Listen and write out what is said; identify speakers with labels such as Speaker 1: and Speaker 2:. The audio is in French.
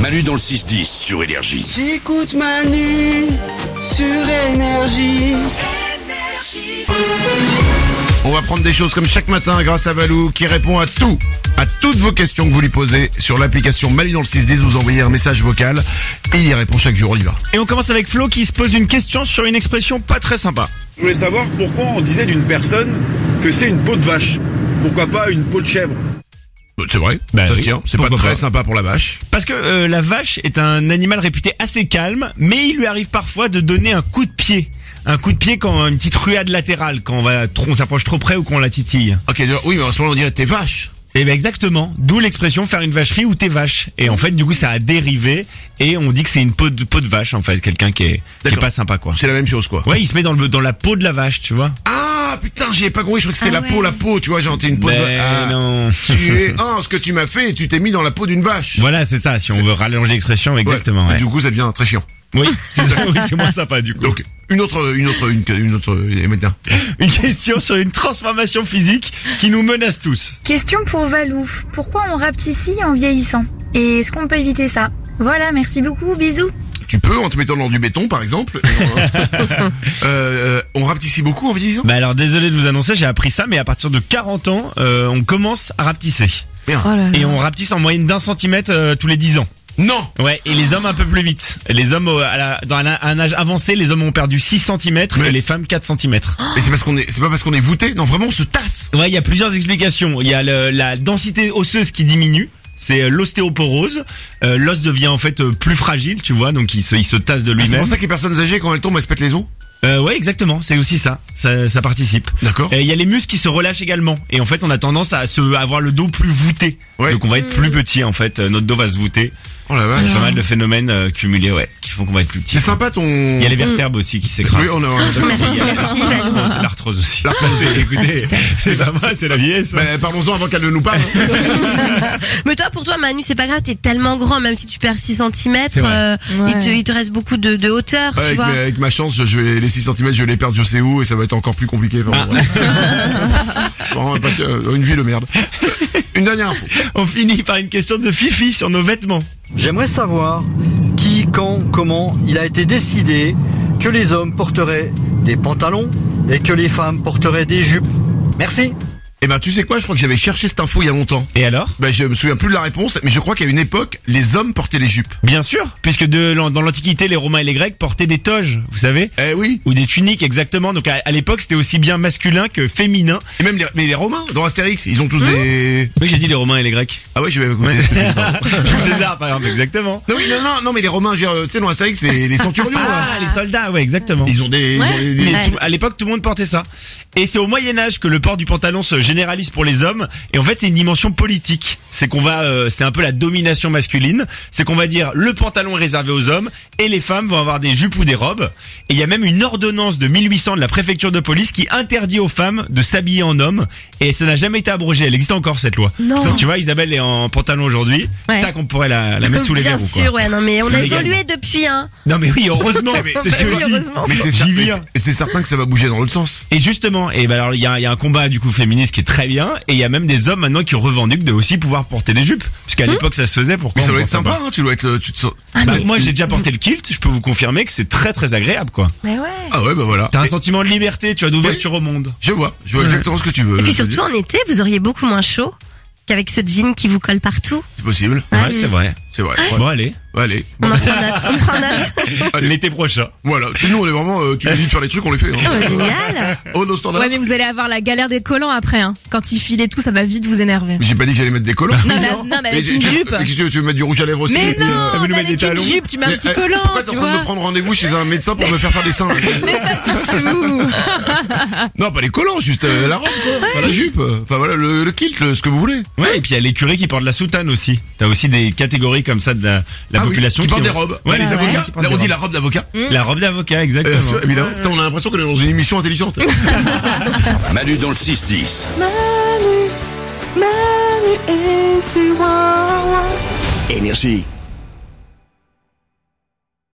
Speaker 1: Manu dans le 6-10 sur Énergie.
Speaker 2: J'écoute Manu sur énergie.
Speaker 3: On va prendre des choses comme chaque matin grâce à Valou qui répond à tout, à toutes vos questions que vous lui posez sur l'application Mali dans le 6 10. Vous envoyez un message vocal et il y répond chaque jour. On y va.
Speaker 4: Et on commence avec Flo qui se pose une question sur une expression pas très sympa.
Speaker 5: Je voulais savoir pourquoi on disait d'une personne que c'est une peau de vache. Pourquoi pas une peau de chèvre
Speaker 3: Euh, C'est vrai,
Speaker 4: Bah
Speaker 3: ça se
Speaker 4: oui,
Speaker 3: tient. C'est pas
Speaker 4: pourquoi
Speaker 3: très
Speaker 4: pas.
Speaker 3: sympa pour la vache.
Speaker 4: Parce que euh, la vache est un animal réputé assez calme, mais il lui arrive parfois de donner un coup de pied. Un coup de pied quand une petite ruade latérale, quand on va trop- on s'approche trop près ou qu'on la titille.
Speaker 3: Ok, oui, mais en ce moment on dirait t'es vache.
Speaker 4: Et ben exactement, d'où l'expression faire une vacherie ou t'es vache. Et en fait, du coup, ça a dérivé et on dit que c'est une peau de, peau de vache en fait, quelqu'un qui est, qui est
Speaker 3: D'accord.
Speaker 4: pas sympa quoi.
Speaker 3: C'est la même chose quoi.
Speaker 4: Ouais, il se met dans le dans la peau de la vache, tu vois.
Speaker 3: Ah putain, j'y ai pas compris. Je crois que c'était
Speaker 6: Ah
Speaker 3: la peau,
Speaker 6: ouais.
Speaker 3: la peau. Tu vois, genre t'es une peau de
Speaker 4: Ben
Speaker 3: vache. Ah,
Speaker 4: non.
Speaker 3: Tu es un, ce que tu m'as fait, tu t'es mis dans la peau d'une vache.
Speaker 4: Voilà, c'est ça. Si on
Speaker 3: C'est-
Speaker 4: veut rallonger l'expression, exactement.
Speaker 3: Et
Speaker 4: ouais.
Speaker 3: Du coup, ça devient très chiant.
Speaker 4: Oui, c'est ça, oui, c'est moins sympa du coup.
Speaker 3: Donc une autre, une autre, une, une autre. et maintenant.
Speaker 4: Une question sur une transformation physique qui nous menace tous.
Speaker 6: Question pour Valouf. Pourquoi on rapetissit en vieillissant Et est-ce qu'on peut éviter ça Voilà, merci beaucoup, bisous.
Speaker 3: Tu peux en te mettant dans du béton par exemple. Euh, euh, on rapetissit beaucoup en vieillissant.
Speaker 4: Bah alors désolé de vous annoncer, j'ai appris ça, mais à partir de 40 ans, euh, on commence à rapetisser. Et on rapetisse en moyenne d'un centimètre euh, tous les 10 ans.
Speaker 3: Non.
Speaker 4: Ouais, et les hommes un peu plus vite. Les hommes, euh, à la- dans un, un âge avancé, les hommes ont perdu 6 cm et
Speaker 3: Mais-
Speaker 4: les femmes 4 cm.
Speaker 3: Mais c'est parce qu'on est, c'est pas parce qu'on est voûté, non vraiment on se tasse.
Speaker 4: Ouais, il y a plusieurs explications. Il y a le- la densité osseuse qui diminue. C'est euh, l'ostéoporose. Euh, L'os devient en fait euh, plus fragile, tu vois, donc il se, il se tasse de
Speaker 3: c'est
Speaker 4: lui-même.
Speaker 3: pour ça que les personnes âgées quand elles tombent elles se pètent les os.
Speaker 4: Euh, ouais, exactement. C'est aussi ça. Ça, ça participe.
Speaker 3: D'accord.
Speaker 4: Euh, Il y a les muscles qui se relâchent également. Et en fait, on a tendance à se à avoir le dos plus voûté.
Speaker 3: Ouais.
Speaker 4: Donc on va être plus petit en fait. Euh, Notre dos va se voûter.
Speaker 3: Oh la vache.
Speaker 4: Pas mal de phénomènes euh, cumulés, ouais, qui font qu'on va être plus petit.
Speaker 3: C'est sympa ton.
Speaker 4: Il y a les vertèbres aussi qui s'écrasent.
Speaker 3: Oui, on a.
Speaker 6: Merci, Valou.
Speaker 4: Non, c'est l'arthrose aussi.
Speaker 3: La replacer, écoutez.
Speaker 4: C'est sympa, c'est la vieillesse. hein.
Speaker 3: Bah, parlons-en avant qu'elle ne nous parle. hein.
Speaker 7: Mais toi, pour toi, Manu, c'est pas grave, t'es tellement grand, même si tu perds 6 cm,
Speaker 4: C'est vrai.
Speaker 7: il, te, il te reste beaucoup de, de hauteur, tu
Speaker 3: avec, ma,
Speaker 7: vois.
Speaker 3: avec ma chance, je vais les 6 cm, je vais les perdre, je sais où, et ça va être encore plus compliqué. Enfin, bref.
Speaker 4: Ah.
Speaker 3: Vraiment, pas que- euh, une vie de merde. Une dernière info.
Speaker 4: On finit par une question de Fifi sur nos vêtements.
Speaker 8: J'aimerais savoir qui, quand, comment il a été décidé que les hommes porteraient des pantalons et que les femmes porteraient des jupes. Merci.
Speaker 3: Eh ben, tu sais quoi, je crois que j'avais cherché cette info il y a longtemps.
Speaker 4: Et alors
Speaker 3: Ben, je me souviens plus de la réponse, mais je crois qu'à une époque, les hommes portaient les jupes.
Speaker 4: Bien sûr, puisque de, l'an- dans l'Antiquité, les Romains et les Grecs portaient des toges, vous savez
Speaker 3: Eh oui.
Speaker 4: ou des tuniques exactement donc à, à l'époque c'était aussi bien masculin que féminin
Speaker 3: Et même les, mais les Romains, dans Astérix, ils ont tous des...
Speaker 4: oui j'ai dit les romains et les grecs
Speaker 3: Ah Hein ouais, je vais écouter.
Speaker 4: César par exemple exactement
Speaker 3: Non, oui, non, non, non, mais les Romains, je veux dire, euh, tu sais, dans Astérix, les, les centurions,
Speaker 4: ah,
Speaker 3: là.
Speaker 4: les soldats ouais exactement
Speaker 3: Ils ont des... des- des-
Speaker 4: Mais
Speaker 7: Ouais.
Speaker 4: tout- à l'époque, tout le monde portait ça. Et c'est au Moyen Âge que le port du pantalon se généralise pour les hommes. Et en fait, c'est une dimension politique. C'est qu'on va, euh, c'est un peu la domination masculine. C'est qu'on va dire le pantalon est réservé aux hommes et les femmes vont avoir des jupes ou des robes. Et il y a même une ordonnance de 1800 de la préfecture de police qui interdit aux femmes de s'habiller en homme. Et ça n'a jamais été abrogé. Elle existe encore cette loi.
Speaker 7: Non.
Speaker 4: Putain, tu vois, Isabelle est en pantalon aujourd'hui.
Speaker 7: Ouais.
Speaker 4: Tac, on pourrait la, la mettre sous les
Speaker 7: Bien
Speaker 4: verrous.
Speaker 7: sûr,
Speaker 4: quoi.
Speaker 7: ouais, non, mais on
Speaker 4: C'est
Speaker 7: a
Speaker 4: légal. Bah,
Speaker 7: évolué depuis, hein.
Speaker 4: Non mais oui, heureusement. c'est
Speaker 7: Bah
Speaker 4: ce que
Speaker 7: oui,
Speaker 4: je dis.
Speaker 7: heureusement.
Speaker 3: Mais c'est
Speaker 4: J'y
Speaker 3: cer- mais
Speaker 4: viens.
Speaker 3: c'est- c'est certain que ça va bouger dans l'autre sens.
Speaker 4: Et justement, et ben alors il y a, il y a un combat du coup féministe qui est très bien, et il y a même des hommes maintenant qui revendiquent de aussi pouvoir porter des jupes, parce qu'à l'époque ça se faisait. Pourquoi
Speaker 3: Mais ça
Speaker 4: on
Speaker 3: doit être
Speaker 4: portait
Speaker 3: sympa, hein, tu dois être... le- Tu te sens-
Speaker 7: Ah,
Speaker 4: pas Bah, Moi j'ai déjà porté le kilt, je peux vous confirmer que c'est très très agréable quoi.
Speaker 7: Mais ouais.
Speaker 4: Euh,
Speaker 3: Ah ouais, bah voilà.
Speaker 4: T'as un
Speaker 3: Mais
Speaker 4: sentiment de liberté, tu as d'ouverture au monde.
Speaker 3: Je vois, je vois exactement ce que tu veux.
Speaker 7: Et puis
Speaker 3: je veux
Speaker 7: surtout,
Speaker 3: dire.
Speaker 7: en été, vous auriez beaucoup moins chaud qu'avec ce jean qui vous colle partout.
Speaker 3: C'est possible,
Speaker 4: Ouais, c'est vrai.
Speaker 3: c'est vrai. ouais. Bah,
Speaker 4: Bon allez,
Speaker 3: Allez,
Speaker 7: On en prend note, on prend note.
Speaker 4: l'été prochain.
Speaker 3: voilà. Nous, on est vraiment... euh, tu nous dis de faire les trucs, on les fait.
Speaker 7: Oh,
Speaker 3: Hein.
Speaker 7: génial.
Speaker 3: Oh, nos standards.
Speaker 9: Ouais, mais vous allez avoir la galère des collants après. Hein. Quand ils filent et tout, ça va vite vous énerver.
Speaker 3: J'ai pas dit que j'allais mettre des collants.
Speaker 9: Non, mais, non, mais avec
Speaker 3: tu-
Speaker 9: une
Speaker 3: tu-
Speaker 9: jupe.
Speaker 3: mais qu'est-ce que tu veux mettre du rouge à lèvres aussi
Speaker 9: Mais
Speaker 3: et puis, euh,
Speaker 9: non,
Speaker 4: veut nous
Speaker 9: mais
Speaker 4: mettre des
Speaker 9: avec une
Speaker 4: talons.
Speaker 9: jupe, tu mets un
Speaker 3: mais,
Speaker 9: petit
Speaker 3: euh,
Speaker 9: collant,
Speaker 3: Pourquoi t'es en
Speaker 9: tu
Speaker 3: train de
Speaker 9: vois.
Speaker 3: me prendre rendez-vous chez un médecin pour me faire faire des seins là Non, pas les collants, juste euh, la robe, quoi. Enfin, la jupe. euh, Enfin voilà, le, le kilt, le- ce que vous voulez.
Speaker 4: Ouais, et puis il y a les curés qui portent la soutane aussi. T'as aussi des catégories comme ça de la, la
Speaker 3: Ah oui,
Speaker 4: population
Speaker 3: qui portent
Speaker 4: ont-
Speaker 3: des robes. Ah
Speaker 4: Ouais, les avocats.
Speaker 3: Là,
Speaker 4: qui portent
Speaker 3: on
Speaker 4: des
Speaker 3: dit
Speaker 4: robes.
Speaker 3: la robe d'avocat.
Speaker 4: La robe d'avocat,
Speaker 3: Mm. Euh,
Speaker 4: exactement.
Speaker 3: évidemment. Putain, on a l'impression qu'on est dans une émission intelligente.
Speaker 1: Manu dans le 6-10.
Speaker 10: Manu, Manu et ses Wawa.
Speaker 1: Énergie.